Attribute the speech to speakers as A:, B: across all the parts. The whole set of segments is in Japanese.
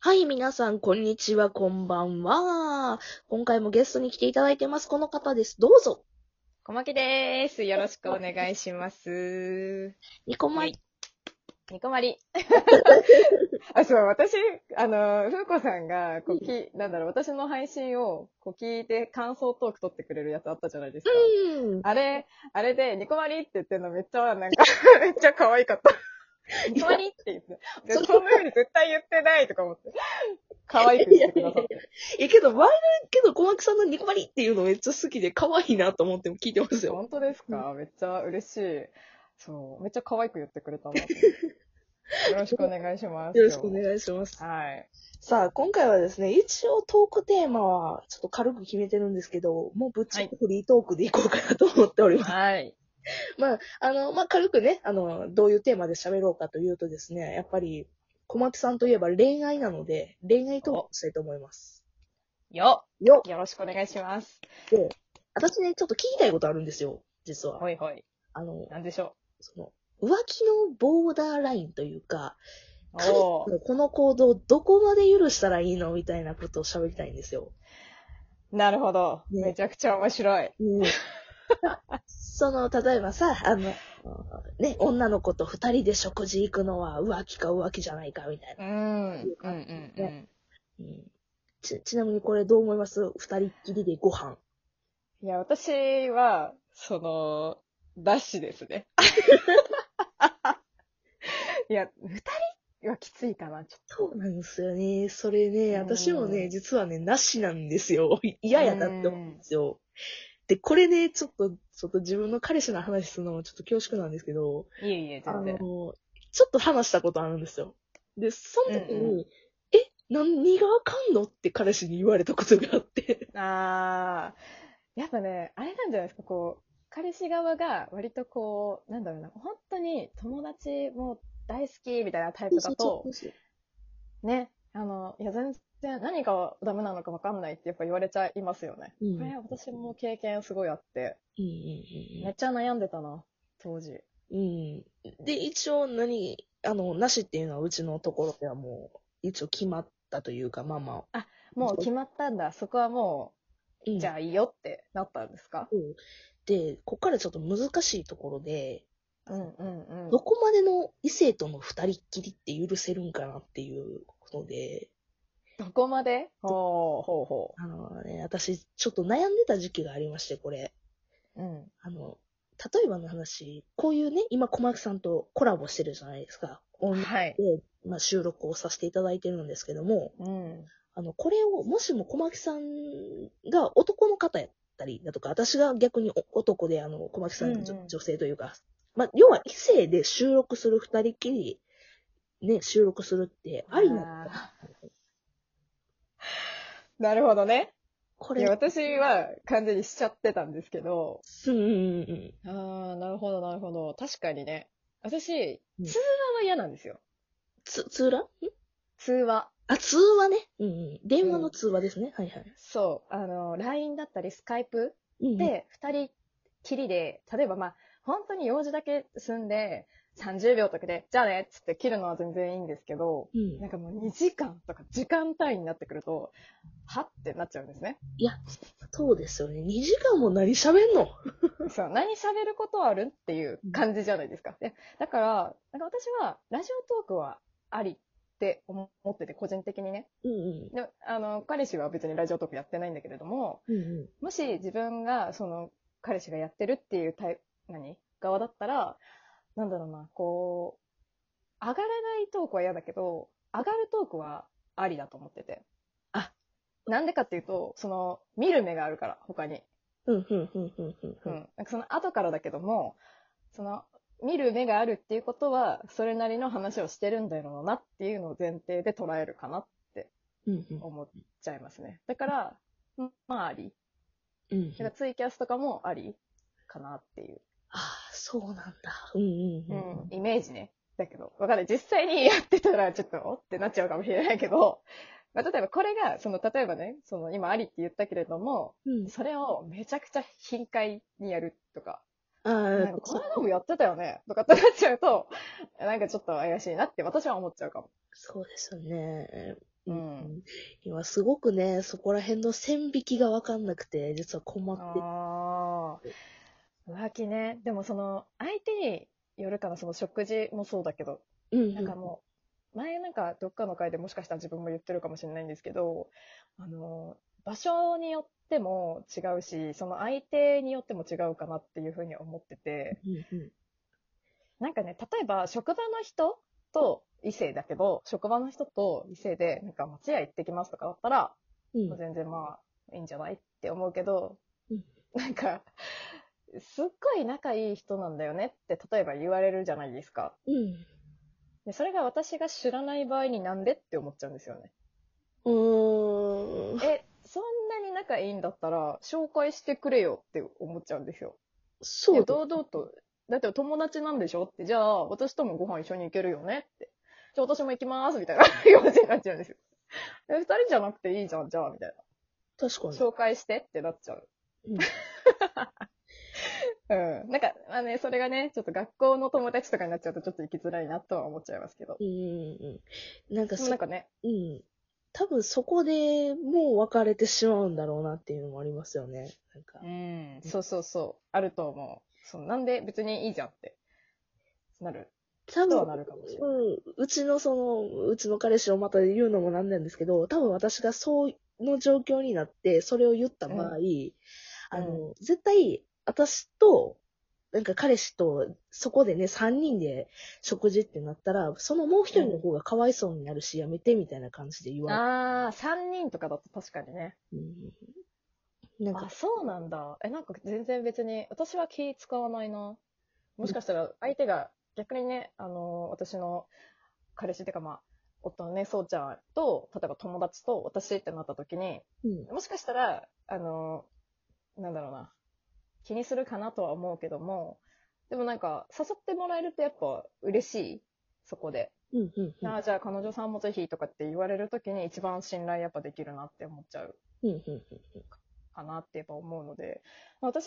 A: はい、皆さん、こんにちは、こんばんは。今回もゲストに来ていただいてます。この方です。どうぞ。
B: 小牧でーす。よろしくお願いします。
A: ニコマ
B: は
A: イ
B: い。ニコマ リ。あ、そう、私、あの、ふうこさんが、こう、き、なんだろう、私の配信を、こう、聞いて感想トーク取ってくれるやつあったじゃないですか。
A: うん。
B: あれ、あれで、ニコマリって言ってるのめっちゃ、なんか、 めっちゃ可愛かった。ニコマリって言って。で
A: そう
B: そんな風に絶対言ってないとか思って。可愛くしてくださって。
A: いや、けど、前の、けど、小牧さんのニコマリっていうのめっちゃ好きで、可愛いなと思っても聞いてますよ。
B: 本当ですかめっちゃ嬉しい。そう。めっちゃ可愛く言ってく れたな。よろしくお願いします。
A: よろしくお願いします。
B: はい。
A: さあ、今回はですね、一応トークテーマは、ちょっと軽く決めてるんですけど、もうぶっちゃけフリートークでいこうかなと思っております。
B: はい。
A: まあ、あの、まあ、軽くね、あの、どういうテーマで喋ろうかというとですね、やっぱり、小牧さんといえば恋愛なので、恋愛トークをしたいと思います。
B: よ
A: よ
B: よろしくお願いします。
A: で、私ね、ちょっと聞きたいことあるんですよ、実は。
B: ほいほい。
A: あの、
B: なんでしょ
A: その、浮気のボーダーラインというか、
B: う。
A: 彼
B: お
A: のこの行動どこまで許したらいいのみたいなことを喋りたいんですよ。
B: ーなるほど。
A: ね
B: めちゃくちゃ面白い。
A: うん その、例えばさ、あの、ね、女の子と二人で食事行くのは浮気か浮気じゃないかみたいな。
B: うん。うん
A: う
B: うんんうん。
A: うんち、ちなみにこれどう思います二人っきりでご飯。
B: いや、私は、その、ダッシュです ね。いや、二人はきついかな、ちょっと。
A: そうなんですよね。それね、
B: うん
A: 私もね、実はね、なしなんですよ。嫌やなって思うんですよ。で、これね、ちょっと、ちょっと自分の彼氏の話するのもちょっと恐縮なんですけど、
B: いえいえ、
A: あの、
B: 全然
A: ち。ょっと話したことあるんですよ。で、その時に、
B: うん
A: え、何があかんのって彼氏に言われたことがあって。
B: あー、やっぱね、あれなんじゃないですか、こう、彼氏側が割とこう、なんだろうな、本当に友達も大好きみたいなタイプだと、ね、あの、いや、全然何がダメなのか分かんないってやっぱ言われちゃいますよね。
A: うん
B: これ私も経験すごいあって、
A: うんうんうん
B: めっちゃ悩んでたな、当時。
A: うん。で、一応何、あの、なしっていうのはうちのところではもう、一応決まったというか、まあま
B: もう決まったんだ、そこはも
A: あ。
B: う、じゃあいいよってなったんですか
A: うんで、ここからちょっと難しいところで、
B: うんうんうん
A: ど。こまでの異性との二人っきりって許せるんかなっていうことで、
B: どこまでほうほうほ
A: あのね、私、ちょっと悩んでた時期がありまして、これ。
B: う。うん。
A: あの、例えばの話、こういうね、今、小牧さんとコラボしてるじゃないですか。オンライ
B: はい。
A: ンで、まあ、収録をさせていただいてるんですけども、
B: うん。
A: あの、これを、もしも小牧さんが男の方やったりだとか、私が逆にお男で、あの、小牧さんが女,、
B: うんうん
A: 女性というか、まあ、要は異性で収録する二人きり、ね、収録するってありなのか
B: なるほどね。
A: こ
B: いや、
A: れ、
B: 私は完全にしちゃってたんですけど。
A: うんうんうん
B: ああ、なるほど、なるほど。確かにね。私、
A: うん
B: 通話は嫌なんですよ。
A: つ、通話ん
B: 通話。
A: あ、通話ね。うんうん。電話の通話ですね。はいはい。
B: そう。あの、LINE だったり、スカイプ
A: うんうん、
B: で、二人きりで、例えばまあ、本当に用事だけ済んで、30秒とかで、じゃあねっつって切るのは全然いいんですけど、
A: うん
B: なんかもう2時間とか時間単位になってくると、はってなっちゃうんですね。
A: いや、そうですよね。2時間も何喋んの
B: そう、何喋ることあるっていう感じじゃないですか。でだから、なんか私は、ラジオトークはありって思ってて、個人的にね。
A: うん
B: であの、彼氏は別にラジオトークやってないんだけれども、
A: うん。うんうん。
B: もし自分が、その、彼氏がやってるっていうタイプ、何側だったら、なんだろうな、こう、上がらないトークは嫌だけど、上がるトークはありだと思ってて。
A: あ
B: なんでかっていうと、その、見る目があるから、他に。
A: うんうんうんうんうん
B: う
A: うんん。。
B: なんかその後からだけども、その、見る目があるっていうことは、それなりの話をしてるんだろうなっていうのを前提で捉えるかなって
A: うんうん
B: 思っちゃいますね。だから、うんまああり。
A: うん
B: だからツイキャスとかもありかなっていう、
A: ああ、そうなんだ。うんうんうん。
B: イメージね。だけど、わかんない。実際にやってたらちょっと、おってなっちゃうかもしれないけど、まあ、例えばこれが、その、例えばね、その、今ありって言ったけれども、
A: うん、
B: それをめちゃくちゃ頻回にやるとか、
A: ああ、
B: なんかこの間もやってたよねとかってなっちゃうと、なんかちょっと怪しいなって私は思っちゃうかも。
A: そうですよね。
B: うん。
A: 今すごくね、そこら辺の線引きがわかんなくて、実は困って
B: ああ。浮気ね。でもその、相手によるかな、その食事もそうだけど、
A: る。うん
B: なんかもう、前なんかどっかの回でもしかしたら自分も言ってるかもしれないんですけど、あの、場所によっても違うし、その相手によっても違うかなっていうふうに思ってて、
A: うんうん
B: なんかね、例えば職場の人と異性だけど、職場の人と異性で、なんか松屋行ってきますとかだったら、
A: うん
B: まあ全然まあいいんじゃないって思うけど、
A: うん
B: なんか、すっごい仲いい人なんだよねって例えば言われるじゃないですか。
A: うん。
B: でそれが私が知らない場合になんでって思っちゃうんですよ ね。
A: うーん。
B: え、そんなに仲いいんだったら紹介してくれよって思っちゃうんですよ。い
A: そ
B: や
A: うだ。
B: 堂々と、だって友達なんでしょって、じゃあ私ともご飯一緒に行けるよねって。じゃあ私も行きますみたいな 気持ちになっちゃうんですよ。え二人じゃなくていいじゃん、じゃあみたい
A: 確か
B: な。
A: に。
B: 紹介してってなっちゃう。
A: うん
B: うん。なんか、まあね、それがね、ちょっと学校の友達とかになっちゃうとちょっと行きづらいなとは思っちゃいますけど。
A: うんうんうん。なんかそ
B: なんかね、
A: うん。多分そこでもう別れてしまうんだろうなっていうのもありますよね。なんか。
B: うん、そうそうそう、あると思う。そうなんで別にいいじゃんって、なる。
A: 多
B: とは
A: 分
B: なるかもしれ
A: う
B: ない。
A: ん、うちのその、うちの彼氏をまた言うのもなんなんですけど、多分私がそうの状況になって、それを言った場合、
B: う
A: あの、絶対、私と、なんか彼氏と、そこでね、3人で食事ってなったら、そのもう一人の方がかわいそうになるし、やめてみたいな感じで言わ
B: ああ、3人とかだと確かにね。
A: れる。うんなん
B: あ
A: か、
B: そうなんだ。え、なんか全然別に、私は気使わないな。もしかしたら相手が、逆にね、あのー私の彼氏っていうかまあ、夫のね、そうちゃんと、例えば友達と私ってなった時に、
A: うん
B: もしかしたら、あの、なんだろうな、気にするかなとは思うけども、でもなんか、誘ってもらえるとやっぱ嬉しい、そこで。
A: うん、うん、うん
B: ああ、じゃあ彼女さんもぜひとかって言われるときに一番信頼やっぱできるなって思っちゃう
A: うん、うんうん。
B: かなってやっぱ思うので、まあ私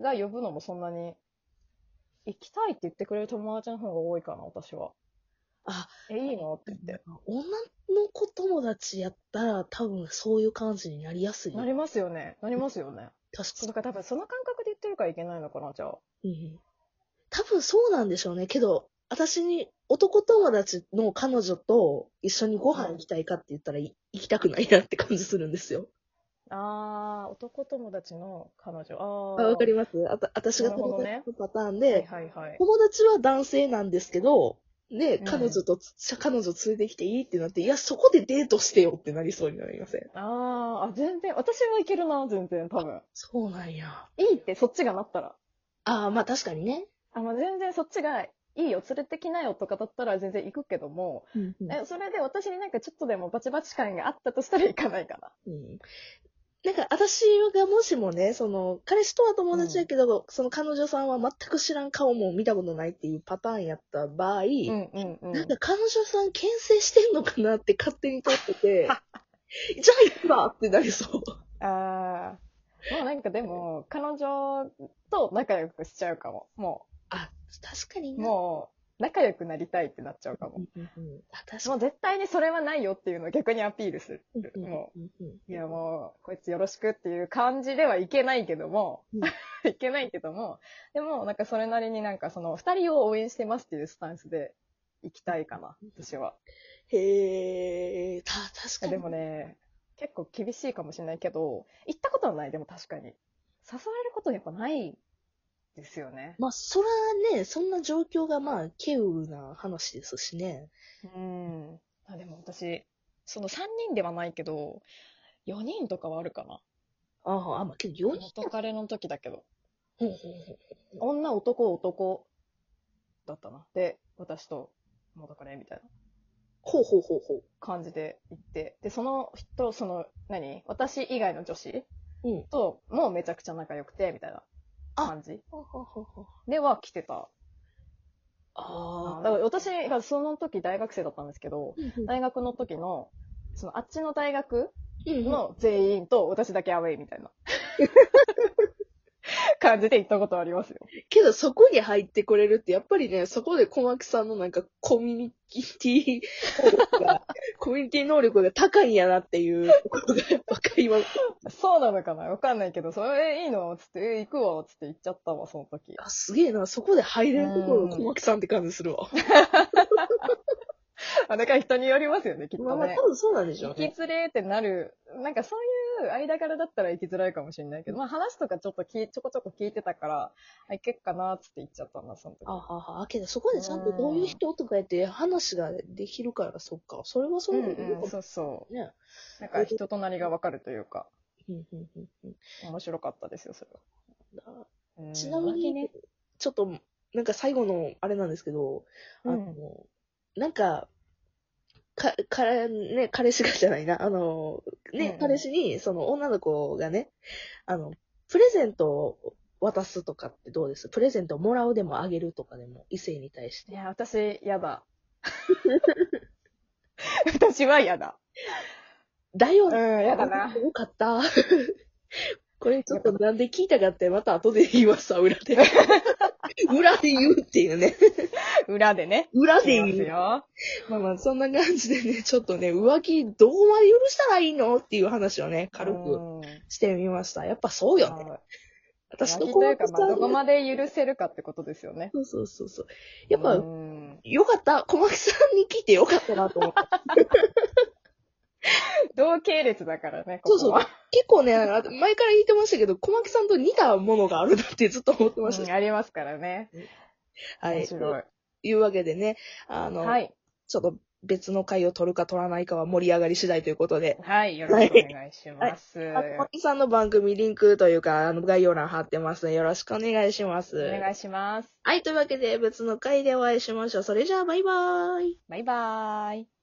B: が呼ぶのもそんなに、行きたいって言ってくれる友達の方が多いかな、私は。
A: あ、
B: え、いいのって言って。
A: 女の子友達やったら、多分そういう感じになりやすい。
B: なりますよね。なりますよね。
A: 確か
B: そう、だから多分その感覚で言ってるからいけないのかな、じゃあ。
A: うん多分そうなんでしょうね。けど、私に男友達の彼女と一緒にご飯行きたいかって言ったら、い行きたくないなって感じするんですよ。
B: ああ、男友達の彼女。あ
A: あ
B: あ。
A: わかりますあた私が
B: なるほどね
A: 友達のパターン
B: はい
A: で、
B: はいはい。
A: 友達は男性なんですけど、ね、
B: うん
A: 彼女と、彼女連れてきていいってなって、いや、そこでデートしてよってなりそうになりません。
B: あーあ、全然、私はいけるな、全然、多分。
A: そうなんや。
B: いいって、そっちがなったら。
A: ああ、まあ確かにね。
B: あ、まあ、全然そっちが、いいよ、連れてきなよとかだったら全然行くけども、
A: うんうん
B: え、それで私になんかちょっとでもバチバチ感があったとしたら行かないかな。
A: うんなんか、私がもしもね、その、彼氏とは友達やけど、その彼女さんは全く知らん顔も見たことないっていうパターンやった場合、
B: うんうんう ん。
A: なんか彼女さん牽制してんのかなって勝手に撮ってて、 じゃあ行くわってなりそう。
B: ああ。もうなんかでも、彼女と仲良くしちゃうかも。も
A: あ、確かに
B: う、
A: な
B: もう、仲良くなりたいってなっちゃうか
A: う
B: も
A: ん。うんうんあ、確
B: も
A: か
B: う絶対にそれはないよっていうのを逆にアピールする。
A: に。うんうん
B: も
A: うんうん
B: う、いやもう、こいつよろしくっていう感じではいけないけども、 いけないけども、でもなんかそれなりになんかその、二人を応援してますっていうスタンスで行きたいかな、私は。
A: へえ、た、確かに。
B: でもね、結構厳しいかもしれないけど、行ったことはない、でも確かに。誘われることやっぱないですよね。
A: まあ、そらね、そんな状況がまあ、稀有な話ですしね。
B: うん。あでも私、その3人ではないけど、4人とかはあるかな。
A: ああ、あまあ、けど4人。
B: 元彼の時だけど。
A: ほうほうほう
B: 女、男、男だったな。で、私と元彼みたいな
A: ほうほうほうほう。
B: 感じで行って、で、その人、その、何私以外の女子
A: うん
B: と、もうめちゃくちゃ仲良くて、みたいな感じでは来てた。
A: あ
B: だ
A: あ、
B: から私がその時大学生だったんですけど、大学の時の、そのあっちの大学
A: うん、
B: の全員と私だけアウェイみたいな 感じで行ったことありますよ。
A: けどそこに入ってくれるって、やっぱりね、そこで小牧さんのなんかコミュニティ能力が、コミュニティ能力が高いんやなっていうことがやっぱり今、
B: そうなのかなわかんないけど、それいいのつって、え行くわ、つって行っちゃったわ、その時。
A: あすげえな、そこで入れるところが小牧さんって感じするわ。
B: あ、だから人によりますよね、きっ
A: まあ
B: と
A: まあ
B: ね
A: 多。分そうなんでしょ
B: 行
A: う
B: き
A: ね。
B: づれってなる、なんかそういう間柄だったら行きづらいかもしれないけど、まあ話とかちょっときちょこちょこ聞いてたから、あ、行けっかな、つって言っちゃったんだ、その時。
A: あはは、けどそこでちゃんとどういう人とかやって話ができるから、そっか。それはそうれ
B: ん
A: でいいの
B: うん、
A: か
B: そうそ
A: もね。
B: う。なんか人となりがわかるというか、
A: うんうんうんうん
B: 面白かったですよ、それは。うん
A: ちなみに、
B: 浮気ね
A: ちょっと、なんか最後のあれなんですけど、あの、なんか、か、から、ね、彼氏がじゃないな、あの、
B: うん
A: ね
B: う、ん
A: 彼氏に、その女の子がね、あの、プレゼントを渡すとかってどうですプレゼントをもらうでもあげるとかでも、異性に対して
B: い。や、私、やだ。私はやだ。
A: だよ
B: うん、
A: ね。
B: やだな。
A: よかった。 これちょっとなんで聞いたかって、また後で言いますわ、裏 で。裏で言うっていうね。
B: 裏でね。
A: 裏で
B: 言い
A: 言
B: ます
A: う。
B: よ。
A: まあまあ、そんな感じでね、ちょっとね、浮気どこまで許したらいいのっていう話をね、軽く
B: うん。
A: してみました。やっぱそうよね。私
B: 浮
A: と小
B: 気という
A: 牧
B: か、
A: さ
B: まあ、どこ
A: ん。
B: まで許せるかってことですよね。
A: そうそうそうそう。やっぱ、
B: うん
A: よかった。小牧さんに聞いてよかったなと思 った。
B: 同系列だからね、
A: そ
B: こ
A: う
B: こ
A: そう
B: は。。
A: 結構ね、あの前から言ってましたけど、小牧さんと似たものがあるなってずっと思ってました。
B: うんありますからね。
A: は
B: 面
A: い。
B: 白い。
A: というわけでね、あの、
B: はい。
A: ちょっと別の回を取るか取らないかは盛り上がり次第ということで、
B: はい。よろしくお願いします。
A: あ小牧さんの番組リンクというか、あの概要欄貼ってますので、よろしくお願いします。
B: お願いします。
A: はい、というわけで別の回でお会いしましょう。それじゃあ、バイバーイ。
B: バイバーイ。